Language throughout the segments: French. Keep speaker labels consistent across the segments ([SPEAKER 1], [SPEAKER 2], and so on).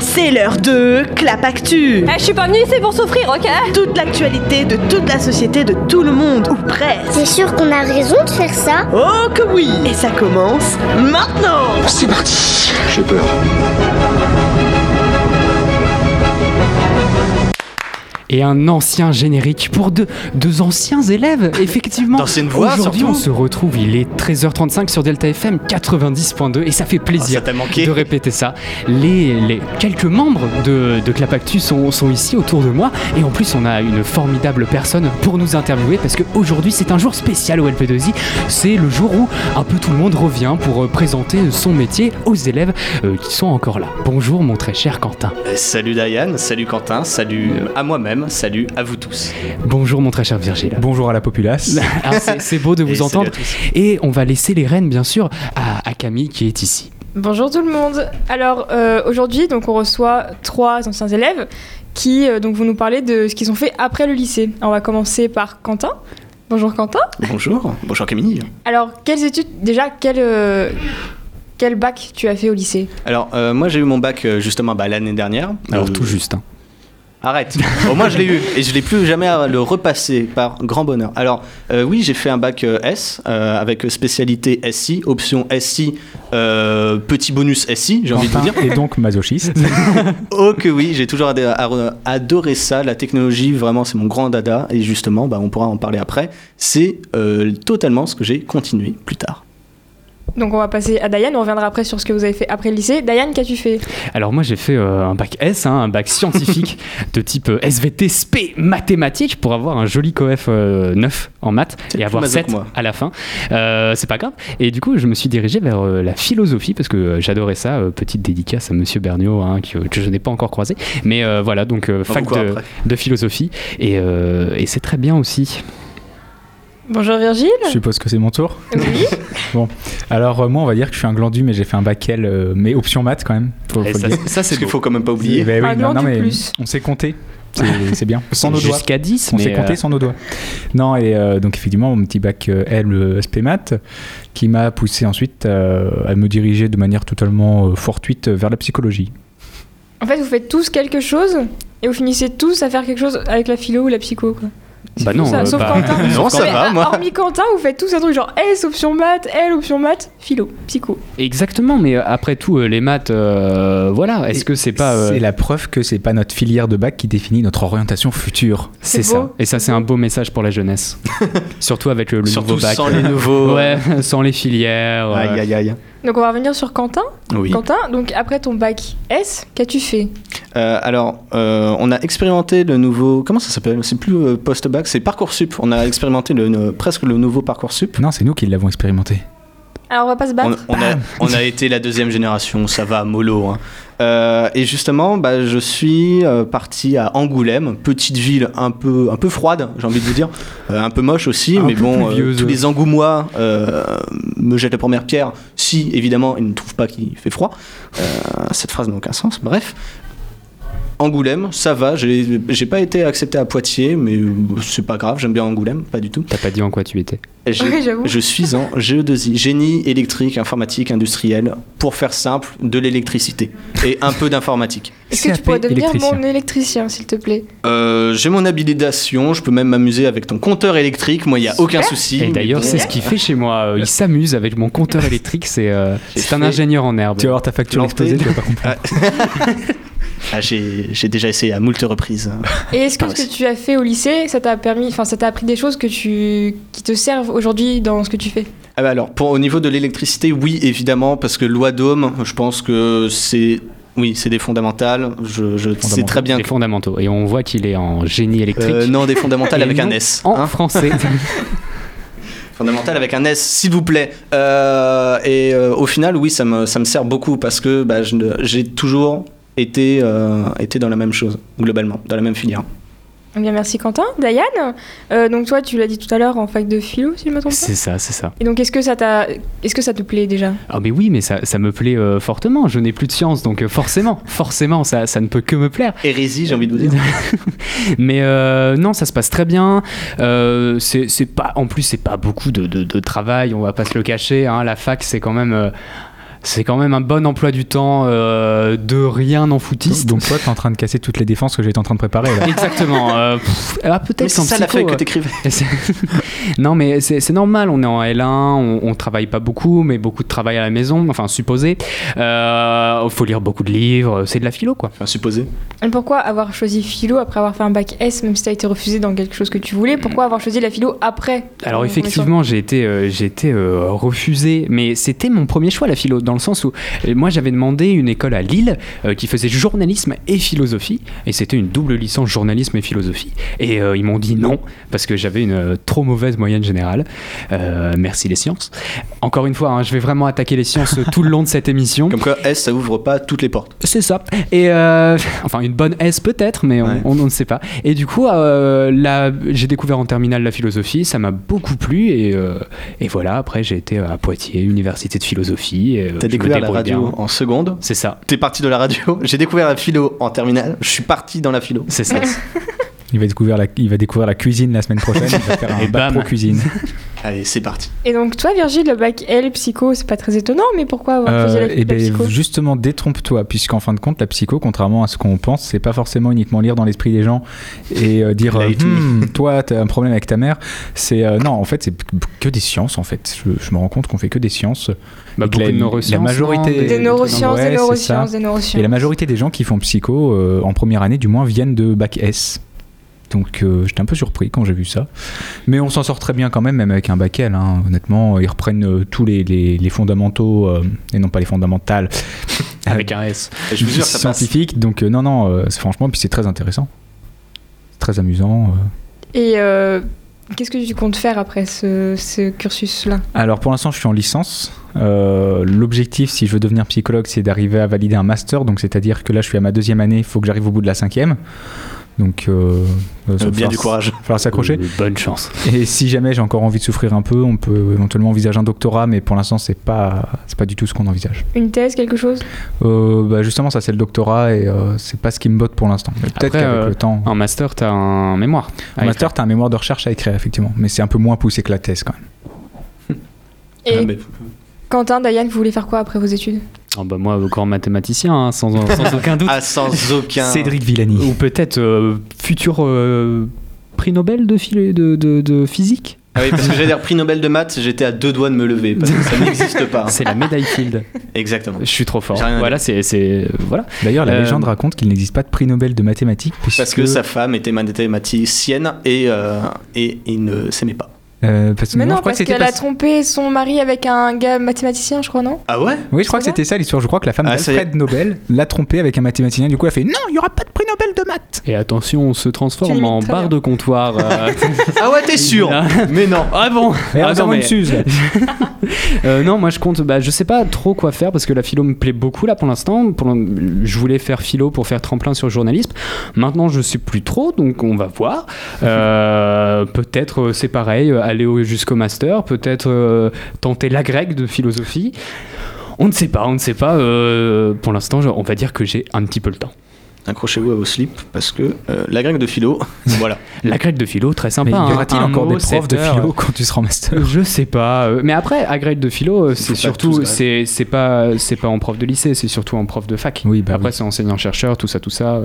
[SPEAKER 1] C'est l'heure de Clapactu
[SPEAKER 2] Eh, je suis pas venue ici pour souffrir, ok
[SPEAKER 1] Toute l'actualité de toute la société, de tout le monde, ou presque.
[SPEAKER 3] C'est sûr qu'on a raison de faire ça
[SPEAKER 1] Oh que oui Et ça commence maintenant
[SPEAKER 4] C'est parti J'ai peur.
[SPEAKER 5] et un ancien générique pour deux, deux anciens élèves, effectivement.
[SPEAKER 6] D'anciennes voix,
[SPEAKER 5] Aujourd'hui,
[SPEAKER 6] surtout.
[SPEAKER 5] on se retrouve, il est 13h35 sur Delta FM 90.2 et ça fait plaisir
[SPEAKER 6] Ah, ça t'a manqué.
[SPEAKER 5] de répéter ça. Les, les quelques membres de, de Clapactu sont, sont ici autour de moi et en plus, on a une formidable personne pour nous interviewer parce que aujourd'hui, c'est un jour spécial au LP2I. C'est le jour où un peu tout le monde revient pour euh, présenter son métier aux élèves euh, qui sont encore là. Bonjour, mon très cher Quentin.
[SPEAKER 6] Euh, Salut Diane, salut Quentin, salut euh, à moi-même, salut à vous tous.
[SPEAKER 5] Bonjour, mon très cher Virgile.
[SPEAKER 7] Bonjour à la populace.
[SPEAKER 5] Ah, c'est- c'est beau de
[SPEAKER 6] Et
[SPEAKER 5] vous
[SPEAKER 6] salut
[SPEAKER 5] entendre.
[SPEAKER 6] à tous.
[SPEAKER 5] Et on va laisser les rênes, bien sûr, à, à Camille qui est ici.
[SPEAKER 8] Bonjour tout le monde. Alors euh, aujourd'hui, donc on reçoit trois anciens élèves qui euh, donc vont nous parler de ce qu'ils ont fait après le lycée. Alors, on va commencer par Quentin. Bonjour Quentin.
[SPEAKER 6] Bonjour, bonjour Camille.
[SPEAKER 8] Alors quelles études déjà quel euh, quel bac tu as fait au lycée
[SPEAKER 6] Alors euh, moi j'ai eu mon bac euh, justement bah, l'année dernière.
[SPEAKER 5] Alors
[SPEAKER 6] Euh,
[SPEAKER 5] tout juste. hein.
[SPEAKER 6] Arrête. Au moins je l'ai eu et je l'ai plus jamais à le repasser par grand bonheur. Alors euh, oui j'ai fait un bac euh, S euh, avec spécialité SI, option SI, euh, petit bonus SI j'ai envie de vous dire.
[SPEAKER 7] Et donc masochiste.
[SPEAKER 6] Oh que oui, j'ai toujours adé- ar- adoré ça, la technologie, vraiment c'est mon grand dada, et justement, bah, on pourra en parler après, c'est euh, totalement ce que j'ai continué plus tard.
[SPEAKER 8] Donc on va passer à Diane. On reviendra après sur ce que vous avez fait après le lycée. Diane, qu'as-tu fait
[SPEAKER 5] Alors moi j'ai fait euh, un bac S, hein, un bac scientifique de type euh, SVT SP mathématiques pour avoir un joli coef euh, 9 en maths
[SPEAKER 6] C'est
[SPEAKER 5] et
[SPEAKER 6] plus
[SPEAKER 5] avoir
[SPEAKER 6] maso que
[SPEAKER 5] 7
[SPEAKER 6] moi.
[SPEAKER 5] à la fin. Euh, c'est pas grave. Et du coup je me suis dirigé vers euh, la philosophie parce que euh, j'adorais ça. Euh, petite dédicace à Monsieur Berniaud hein, qui- que je n'ai pas encore croisé. Mais euh, voilà donc euh,
[SPEAKER 6] On
[SPEAKER 5] fac
[SPEAKER 6] vous court
[SPEAKER 5] de,
[SPEAKER 6] après.
[SPEAKER 5] de philosophie et, euh, et c'est très bien aussi.
[SPEAKER 8] Bonjour Virgile.
[SPEAKER 7] Je suppose que c'est mon tour.
[SPEAKER 8] Oui.
[SPEAKER 7] Alors euh, moi, on va dire que je suis un glandu, mais j'ai fait un bac L, euh, mais option maths quand même. Faut-
[SPEAKER 5] Et Eh,
[SPEAKER 7] faut le
[SPEAKER 5] ça,
[SPEAKER 7] dire.
[SPEAKER 5] ça, c'est
[SPEAKER 6] Parce qu'il
[SPEAKER 5] beau.
[SPEAKER 6] faut quand même pas
[SPEAKER 7] Eh
[SPEAKER 6] oublier.
[SPEAKER 7] ben
[SPEAKER 8] Un
[SPEAKER 7] oui, non,
[SPEAKER 8] glandu
[SPEAKER 7] non, mais
[SPEAKER 8] plus.
[SPEAKER 7] on s'est compté. C'est c'est bien. Sans nos doigts.
[SPEAKER 5] Jusqu'à 10
[SPEAKER 7] On
[SPEAKER 5] mais,
[SPEAKER 7] s'est compté
[SPEAKER 5] euh,
[SPEAKER 7] sans nos doigts. Non, et euh, donc effectivement, mon petit bac euh, L euh, SP maths qui m'a poussé ensuite euh, à me diriger de manière totalement euh, fortuite euh, vers la psychologie.
[SPEAKER 8] En fait, vous faites tous quelque chose et vous finissez tous à faire quelque chose avec la philo ou la psycho. Quoi. C'est
[SPEAKER 5] Bah
[SPEAKER 8] fou,
[SPEAKER 5] non,
[SPEAKER 8] ça.
[SPEAKER 5] euh,
[SPEAKER 8] sauf
[SPEAKER 5] bah-
[SPEAKER 8] Quentin.
[SPEAKER 6] Non, ça
[SPEAKER 8] Mais,
[SPEAKER 6] va,
[SPEAKER 8] ah,
[SPEAKER 6] moi.
[SPEAKER 8] Hormis Quentin, vous faites tous un truc genre S option maths, L option maths, philo, psycho.
[SPEAKER 5] Exactement, mais euh, après tout, euh, les maths, euh, voilà, est-ce
[SPEAKER 7] Et
[SPEAKER 5] que c'est pas. euh,
[SPEAKER 7] C'est la preuve que c'est pas notre filière de bac qui définit notre orientation future.
[SPEAKER 5] c'est
[SPEAKER 8] C'est beau.
[SPEAKER 5] ça. Et ça, c'est un beau message pour la jeunesse. Surtout avec le, le
[SPEAKER 6] Surtout
[SPEAKER 5] nouveau bac.
[SPEAKER 6] sans les nouveaux.
[SPEAKER 5] Ouais, sans les filières. euh,
[SPEAKER 6] Aïe aïe aïe.
[SPEAKER 8] Donc on va revenir sur Quentin.
[SPEAKER 6] Oui.
[SPEAKER 8] Quentin, donc après ton bac S, qu'as-tu fait
[SPEAKER 6] Euh, alors, euh, on a expérimenté le nouveau. Comment ça s'appelle C'est plus euh, post-bac, c'est Parcoursup. On a expérimenté le, le- presque le nouveau Parcoursup.
[SPEAKER 7] Non, c'est nous qui l'avons expérimenté.
[SPEAKER 8] Alors on va pas se
[SPEAKER 6] On,
[SPEAKER 8] battre.
[SPEAKER 6] on a, on a été la deuxième génération, ça va, mollo. hein. Euh, et justement, bah, je suis euh, parti à Angoulême, petite ville un peu, un peu froide, j'ai envie de vous dire, Euh, un peu moche aussi,
[SPEAKER 5] Un
[SPEAKER 6] mais
[SPEAKER 5] peu
[SPEAKER 6] bon, euh,
[SPEAKER 5] pluvieuse.
[SPEAKER 6] tous les Angoumois euh, me jettent la première pierre si, évidemment, ils ne trouvent pas qu'il fait froid. Euh, cette phrase n'a aucun sens, bref. Angoulême, ça va, j'ai j'ai pas été accepté à Poitiers, mais euh, c'est pas grave, j'aime bien Angoulême, pas du tout.
[SPEAKER 5] T'as pas dit en quoi tu étais.
[SPEAKER 6] J'ai-
[SPEAKER 8] Ouais, j'avoue.
[SPEAKER 6] je suis en GE2I, génie électrique, informatique, industriel, pour faire simple, de l'électricité et un peu d'informatique.
[SPEAKER 8] Est-ce que tu
[SPEAKER 7] CAP
[SPEAKER 8] pourrais devenir
[SPEAKER 7] électricien.
[SPEAKER 8] mon électricien, s'il te plaît
[SPEAKER 6] Euh, J'ai mon habilitation, je peux même m'amuser avec ton compteur électrique, moi il n'y a aucun souci.
[SPEAKER 5] Et d'ailleurs, c'est ce qu'il fait chez moi. euh, Il s'amuse avec mon compteur électrique. C'est euh,
[SPEAKER 6] J'ai
[SPEAKER 5] c'est un
[SPEAKER 6] fait
[SPEAKER 5] ingénieur en herbe.
[SPEAKER 7] Tu vas voir ta facture
[SPEAKER 6] Planté.
[SPEAKER 7] explosée, tu vas pas comprendre.
[SPEAKER 6] Ah, J'ai j'ai déjà essayé à moult reprises.
[SPEAKER 8] Et est-ce que
[SPEAKER 6] Ah,
[SPEAKER 8] ce
[SPEAKER 6] aussi.
[SPEAKER 8] que tu as fait au lycée, ça t'a permis, enfin ça t'a appris des choses que tu, qui te servent aujourd'hui dans ce que tu fais
[SPEAKER 6] Ah bah alors, pour, au niveau de l'électricité, oui, évidemment, parce que loi d'Ohm, je pense que c'est... Oui, c'est des fondamentales. Je, je sais très bien
[SPEAKER 5] Les
[SPEAKER 6] que...
[SPEAKER 5] fondamentaux. Et on voit qu'il est en génie électrique.
[SPEAKER 6] Euh, non, des fondamentales
[SPEAKER 5] Et
[SPEAKER 6] avec un
[SPEAKER 5] non
[SPEAKER 6] S.
[SPEAKER 5] En
[SPEAKER 6] hein.
[SPEAKER 5] français.
[SPEAKER 6] Fondamental avec un S, s'il vous plaît. Euh, et euh, au final, oui, ça me, ça me sert beaucoup parce que bah, je ne- j'ai toujours été, euh, été dans la même chose, globalement, dans la même filière.
[SPEAKER 8] Eh Bien, merci Quentin. Diane, euh, donc toi, tu l'as dit tout à l'heure en fac de philo, si je ne me trompe pas.
[SPEAKER 5] c'est ça, c'est ça.
[SPEAKER 8] Et donc, est-ce que ça t'a, est-ce que ça te plaît déjà
[SPEAKER 5] Ah mais oui, mais ça, ça me plaît euh, fortement. Je n'ai plus de science, donc euh, forcément, forcément, ça, ça ne peut que me plaire.
[SPEAKER 6] Hérésie, j'ai envie de vous dire.
[SPEAKER 5] Mais euh, non, ça se passe très bien. Euh, c'est c'est pas, en plus, c'est pas beaucoup de, de- de travail. On va pas se le cacher. hein. La fac, c'est quand même. euh, C'est quand même un bon emploi du temps euh, de rien en footiste.
[SPEAKER 7] Donc toi, t'es en train de casser toutes les défenses que j'étais en train de préparer. Là.
[SPEAKER 5] Exactement. euh, pff, ah,
[SPEAKER 6] Mais
[SPEAKER 5] peut-être
[SPEAKER 6] c'est
[SPEAKER 5] qu'en
[SPEAKER 6] ça la
[SPEAKER 5] psycho,
[SPEAKER 6] feuille que
[SPEAKER 5] euh,
[SPEAKER 6] t'écrivais.
[SPEAKER 5] Et c'est- non, mais c'est c'est normal, on est en L1, on, on travaille pas beaucoup, mais beaucoup de travail à la maison, enfin supposé. Euh, faut lire beaucoup de livres, c'est de la philo quoi.
[SPEAKER 6] Enfin, supposé.
[SPEAKER 8] Et pourquoi avoir choisi philo après avoir fait un bac S, même si t'as été refusé dans quelque chose que tu voulais Pourquoi avoir choisi la philo après
[SPEAKER 5] Alors
[SPEAKER 8] Dans-
[SPEAKER 5] effectivement, j'ai été, euh, j'ai été euh, refusé, mais c'était mon premier choix la philo, dans le sens où euh, moi j'avais demandé une école à Lille euh, qui faisait journalisme et philosophie, et c'était une double licence journalisme et philosophie, et euh, ils m'ont dit non parce que j'avais une euh, trop mauvaise moyenne générale. Euh, merci les sciences. Encore une fois, hein, je vais vraiment attaquer les sciences tout le long de cette émission.
[SPEAKER 6] Comme quoi, S, ça ouvre pas toutes les portes.
[SPEAKER 5] C'est ça. Et euh, enfin une bonne S peut-être, mais on,
[SPEAKER 6] Ouais.
[SPEAKER 5] on- on ne sait pas. Et du coup, euh, là, j'ai découvert en terminale la philosophie, ça m'a beaucoup plu et, euh, et voilà. Après, j'ai été à Poitiers, université de philosophie. et, euh, je
[SPEAKER 6] T'as
[SPEAKER 5] me
[SPEAKER 6] découvert la
[SPEAKER 5] débrouille
[SPEAKER 6] radio hein.
[SPEAKER 5] bien.
[SPEAKER 6] en seconde.
[SPEAKER 5] C'est ça.
[SPEAKER 6] T'es parti de la radio. J'ai découvert la philo en terminale. Je suis parti dans la philo.
[SPEAKER 5] C'est ça.
[SPEAKER 7] Il va découvrir la, il va découvrir la cuisine la semaine prochaine. Il va faire un
[SPEAKER 5] Et
[SPEAKER 7] bac
[SPEAKER 5] bam.
[SPEAKER 7] pro cuisine.
[SPEAKER 6] Allez, c'est parti.
[SPEAKER 8] Et donc toi, Virgile, le bac L psycho, c'est pas très étonnant, mais pourquoi avoir choisi la,
[SPEAKER 7] Euh,
[SPEAKER 8] la
[SPEAKER 7] et ben,
[SPEAKER 8] psycho
[SPEAKER 7] justement, détrompe-toi, puisqu'en fin de compte, la psycho, contrairement à ce qu'on pense, c'est pas forcément uniquement lire dans l'esprit des gens et euh, dire
[SPEAKER 6] Il a
[SPEAKER 7] euh,
[SPEAKER 6] eu tout
[SPEAKER 7] Hmm, toi, t'as un problème avec ta mère. C'est euh, non, en fait, c'est que des sciences. En fait, je, je me rends compte qu'on fait que des sciences.
[SPEAKER 5] Bah,
[SPEAKER 7] Et que
[SPEAKER 5] beaucoup de
[SPEAKER 7] la-
[SPEAKER 5] neurosciences,
[SPEAKER 7] la majorité-
[SPEAKER 5] non,
[SPEAKER 8] Des
[SPEAKER 7] euh,
[SPEAKER 8] neurosciences,
[SPEAKER 7] ouais,
[SPEAKER 8] des
[SPEAKER 7] c'est
[SPEAKER 8] neurosciences, des
[SPEAKER 7] Et la
[SPEAKER 8] neurosciences.
[SPEAKER 7] majorité des gens qui font psycho euh, en première année, du moins, viennent de bac S. Donc euh, j'étais un peu surpris quand j'ai vu ça. Mais on s'en sort très bien quand même, même avec un bac L. hein. Honnêtement, ils reprennent euh, tous les, les- les fondamentaux, euh, et non pas les fondamentales,
[SPEAKER 5] Avec un S.
[SPEAKER 6] Et je vous jure, ça passe.
[SPEAKER 7] scientifique. Donc euh, non, non, euh, c'est franchement, puis c'est très intéressant. C'est Très amusant. euh.
[SPEAKER 8] Et euh, qu'est-ce que tu comptes faire après ce, ce cursus-là
[SPEAKER 7] Alors pour l'instant, je suis en licence. Euh, L'objectif, si je veux devenir psychologue, c'est d'arriver à valider un master. Donc c'est-à-dire que là, je suis à ma deuxième année, il faut que j'arrive au bout de la cinquième. Donc euh, euh, ça
[SPEAKER 6] Euh, bien
[SPEAKER 7] va falloir-
[SPEAKER 6] du courage.
[SPEAKER 7] va falloir s'accrocher.
[SPEAKER 5] Euh, bonne chance.
[SPEAKER 7] Et si jamais j'ai encore envie de souffrir un peu, on peut éventuellement envisager un doctorat, mais pour l'instant, c'est pas, c'est pas du tout ce qu'on envisage.
[SPEAKER 8] Une thèse, quelque chose
[SPEAKER 7] Euh, bah, justement, ça, c'est le doctorat et euh, c'est pas ce qui me botte pour l'instant. Mais Peut-être
[SPEAKER 5] Après,
[SPEAKER 7] qu'avec
[SPEAKER 5] euh,
[SPEAKER 7] le temps.
[SPEAKER 5] En master, t'as un mémoire.
[SPEAKER 7] En master, t'as un mémoire de recherche à écrire, effectivement, mais c'est un peu moins poussé que la thèse quand même.
[SPEAKER 8] Et
[SPEAKER 6] Ah,
[SPEAKER 7] ben.
[SPEAKER 6] mais-
[SPEAKER 8] Quentin, Diane, vous voulez faire quoi après vos études
[SPEAKER 5] Ah bah, moi, grand mathématicien, hein, sans, sans aucun doute.
[SPEAKER 6] Ah, sans aucun.
[SPEAKER 7] Villani.
[SPEAKER 5] Ou peut-être euh, futur euh, prix Nobel de, philo- de- de- de physique.
[SPEAKER 6] Ah oui, parce que j'allais dire prix Nobel de maths, j'étais à deux doigts de me lever. Parce que ça n'existe pas.
[SPEAKER 5] C'est la médaille Field.
[SPEAKER 6] Exactement.
[SPEAKER 5] Je suis trop fort.
[SPEAKER 6] J'ai rien à
[SPEAKER 5] Voilà, c'est c'est- voilà.
[SPEAKER 7] D'ailleurs, la
[SPEAKER 5] Euh,
[SPEAKER 7] légende raconte qu'il n'existe pas de prix Nobel de mathématiques puisque,
[SPEAKER 6] Parce que sa femme était mathématicienne et, euh, et il ne s'aimait pas.
[SPEAKER 7] euh, parce que-
[SPEAKER 8] Mais
[SPEAKER 7] non,
[SPEAKER 8] non,
[SPEAKER 7] je crois
[SPEAKER 8] parce
[SPEAKER 7] que c'était
[SPEAKER 8] qu'elle
[SPEAKER 7] pas-
[SPEAKER 8] a trompé son mari avec un gars mathématicien, je crois, non
[SPEAKER 6] Ah ouais
[SPEAKER 7] Oui, je crois que
[SPEAKER 8] C'est
[SPEAKER 7] c'était ça l'histoire. Je crois que la femme
[SPEAKER 6] Ah, ça y est.
[SPEAKER 7] d'Alfred Nobel l'a trompé avec un mathématicien. Du coup, elle a fait non, il y aura pas de prix Nobel de maths.
[SPEAKER 5] Et attention, on se
[SPEAKER 8] Tu
[SPEAKER 5] transforme
[SPEAKER 8] l'imites
[SPEAKER 5] en
[SPEAKER 8] très
[SPEAKER 5] barre
[SPEAKER 8] bien.
[SPEAKER 5] de comptoir. euh,
[SPEAKER 6] Ah ouais, t'es sûr Mais non
[SPEAKER 5] ah bon
[SPEAKER 7] Et
[SPEAKER 5] Ah
[SPEAKER 7] on
[SPEAKER 5] non,
[SPEAKER 7] a une
[SPEAKER 5] mais-
[SPEAKER 7] Suze.
[SPEAKER 5] Euh, non, moi je compte, bah, je sais pas trop quoi faire parce que la philo me plaît beaucoup là pour l'instant. Pour le- Je voulais faire philo pour faire tremplin sur journalisme. Maintenant je sais plus trop, donc on va voir. Euh, peut-être euh, c'est pareil, euh, aller au- jusqu'au master, peut-être euh, tenter la grecque de philosophie. On ne sait pas, on ne sait pas. euh, pour l'instant, je- on va dire que j'ai un petit peu le temps.
[SPEAKER 6] Accrochez-vous à vos slips parce que euh, la grecque de philo, voilà.
[SPEAKER 5] La grecque de philo, très sympa.
[SPEAKER 7] Mais
[SPEAKER 5] hein.
[SPEAKER 7] y aura-t-il
[SPEAKER 5] Un
[SPEAKER 7] encore
[SPEAKER 5] mot,
[SPEAKER 7] des profs
[SPEAKER 5] sept
[SPEAKER 7] de
[SPEAKER 5] heures.
[SPEAKER 7] philo quand tu seras en master
[SPEAKER 5] Je sais pas, euh, mais après, à grade de philo, euh,
[SPEAKER 6] faut
[SPEAKER 5] c'est
[SPEAKER 6] pas tous
[SPEAKER 5] surtout,
[SPEAKER 6] grade.
[SPEAKER 5] c'est c'est pas, c'est pas en prof de lycée, c'est surtout en prof de fac.
[SPEAKER 7] Oui, bah
[SPEAKER 5] après,
[SPEAKER 7] oui.
[SPEAKER 5] c'est enseignant chercheur, tout ça, tout ça. euh.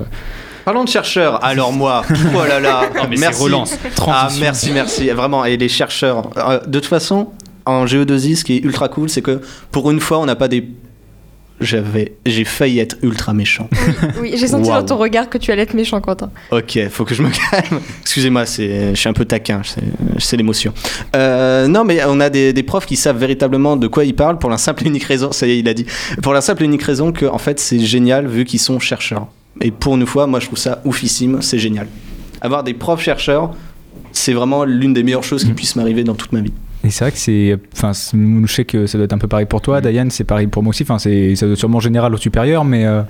[SPEAKER 6] Parlons de chercheurs. Alors moi, oh là là, merci.
[SPEAKER 5] relance,
[SPEAKER 6] Ah
[SPEAKER 5] transition.
[SPEAKER 6] merci, merci. Vraiment, et les chercheurs. euh, de toute façon, en géodosie, ce qui est ultra cool, c'est que pour une fois, on n'a pas des. J'avais, j'ai failli être ultra méchant.
[SPEAKER 8] Oui, j'ai senti
[SPEAKER 6] Waouh.
[SPEAKER 8] dans ton regard que tu allais être méchant, Quentin.
[SPEAKER 6] Ok, faut que je me calme. Excusez-moi, c'est, je suis un peu taquin, c'est, c'est l'émotion. Euh, non, mais on a des, des profs qui savent véritablement de quoi ils parlent pour la simple et unique raison. Ça y est, il a dit. Pour la simple et unique raison que, en fait, c'est génial vu qu'ils sont chercheurs. Et pour une fois, moi, je trouve ça oufissime, c'est génial. Avoir des profs chercheurs, c'est vraiment l'une des meilleures choses qui puissent m'arriver dans toute ma vie.
[SPEAKER 7] Et c'est vrai que c'est. Enfin, c'est- nous, je sais que ça doit être un peu pareil pour toi,
[SPEAKER 5] Mm.
[SPEAKER 7] Diane, c'est pareil pour moi aussi. Enfin, c'est- ça doit être sûrement général au supérieur, mais euh,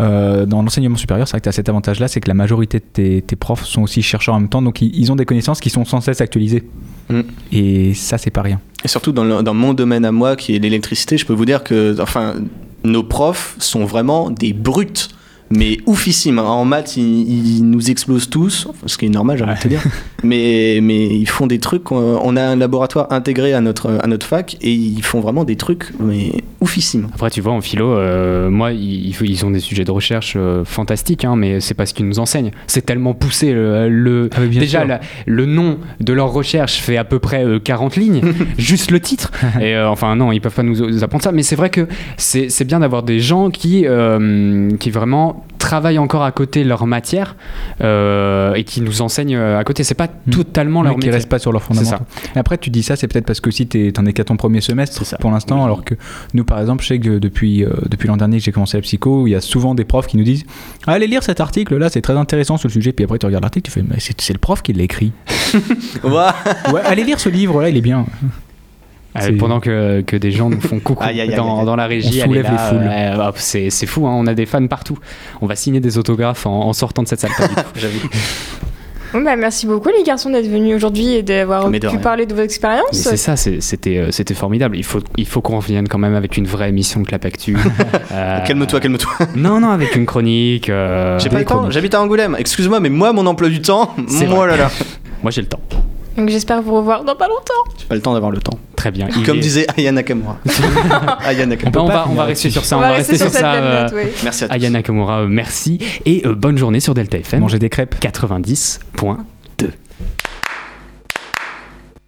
[SPEAKER 7] euh, dans l'enseignement supérieur, c'est vrai que tu as cet avantage-là, c'est que la majorité de tes, tes profs sont aussi chercheurs en même temps, donc ils, ils ont des connaissances qui sont sans cesse actualisées.
[SPEAKER 6] Mm.
[SPEAKER 7] Et ça, c'est pas rien.
[SPEAKER 6] Et surtout dans, le- dans mon domaine à moi, qui est l'électricité, je peux vous dire que, enfin, nos profs sont vraiment des brutes. Hein. Mais oufissimes. En maths, ils, ils nous explosent tous, ce qui est normal, j'ai envie de te dire. mais, mais ils font des trucs. On on a un laboratoire intégré à notre, à notre fac et ils font vraiment des trucs mais oufissimes.
[SPEAKER 5] Après, tu vois, en philo, euh, moi, ils, ils ont des sujets de recherche euh, fantastiques, hein, mais c'est pas ce qu'ils nous enseignent. C'est tellement poussé. euh, le,
[SPEAKER 7] Ah oui, bien
[SPEAKER 5] déjà,
[SPEAKER 7] sûr.
[SPEAKER 5] la- le nom de leur recherche fait à peu près euh, 40 lignes, juste le titre. Et euh, enfin, non, ils peuvent pas nous, nous apprendre ça. Mais c'est vrai que c'est c'est bien d'avoir des gens qui, euh, qui vraiment travaillent encore à côté leur matière euh, et qui nous enseignent euh, à côté. C'est pas
[SPEAKER 7] Mm.
[SPEAKER 5] totalement leur
[SPEAKER 7] Oui, qui
[SPEAKER 5] métier.
[SPEAKER 7] restent pas sur leurs fondamentaux. Et après, tu dis ça, c'est peut-être parce que si t'es- t'en es qu'à ton premier semestre
[SPEAKER 5] C'est ça.
[SPEAKER 7] pour l'instant,
[SPEAKER 5] Oui.
[SPEAKER 7] alors que nous, par exemple, je sais que depuis, euh, depuis l'an dernier que j'ai commencé la psycho, il y a souvent des profs qui nous disent Allez lire cet article là, c'est très intéressant sur le sujet. Puis après, tu regardes l'article, tu fais Mais c'est c'est le prof qui l'a écrit.
[SPEAKER 6] Ouah.
[SPEAKER 7] ouais, allez lire ce livre là, il est bien.
[SPEAKER 5] Euh,
[SPEAKER 7] C'est-
[SPEAKER 5] pendant que, que des gens nous font coucou
[SPEAKER 6] Aïe, aïe, aïe,
[SPEAKER 5] dans,
[SPEAKER 6] aïe.
[SPEAKER 5] dans la régie,
[SPEAKER 7] On
[SPEAKER 5] elle est
[SPEAKER 7] soulève
[SPEAKER 5] là,
[SPEAKER 7] les foules.
[SPEAKER 5] euh, hop, c'est c'est fou, hein, on a des fans partout. On va signer des autographes en, en sortant de cette salle. pas du tout.
[SPEAKER 8] Bon, bah, merci beaucoup les garçons d'être venus aujourd'hui et d'avoir
[SPEAKER 6] Mais de
[SPEAKER 8] pu
[SPEAKER 6] rien.
[SPEAKER 8] parler de vos
[SPEAKER 5] Mais
[SPEAKER 8] expériences.
[SPEAKER 5] c'est ça, c'est- c'était euh, c'était formidable. Il faut, il faut qu'on revienne quand même avec une vraie émission de Clap Actu. Euh,
[SPEAKER 6] Calme-toi, calme-toi.
[SPEAKER 5] Non, non, avec une chronique. euh,
[SPEAKER 6] J'ai pas le temps, j'habite à Angoulême. Excuse-moi, mais moi, mon emploi du temps,
[SPEAKER 5] C'est
[SPEAKER 6] moi
[SPEAKER 5] vrai.
[SPEAKER 6] là là.
[SPEAKER 5] Moi j'ai le temps.
[SPEAKER 8] Donc j'espère vous revoir dans pas longtemps.
[SPEAKER 6] J'ai pas le temps d'avoir le temps.
[SPEAKER 5] Très bien. Il
[SPEAKER 6] Comme
[SPEAKER 5] est-
[SPEAKER 6] disait Aya Nakamura. Aya
[SPEAKER 5] on,
[SPEAKER 6] Nakamura.
[SPEAKER 5] va- on
[SPEAKER 7] peut pas
[SPEAKER 5] va, on
[SPEAKER 7] finir
[SPEAKER 5] va rester
[SPEAKER 7] là-dessus.
[SPEAKER 5] sur ça, on, va rester sur,
[SPEAKER 8] cette
[SPEAKER 5] ça.
[SPEAKER 8] même
[SPEAKER 5] euh,
[SPEAKER 8] note, oui.
[SPEAKER 6] Merci à tous.
[SPEAKER 5] Aya Nakamura, euh, merci. Et euh, bonne journée sur Delta FM.
[SPEAKER 7] Manger des crêpes.
[SPEAKER 5] 90.1.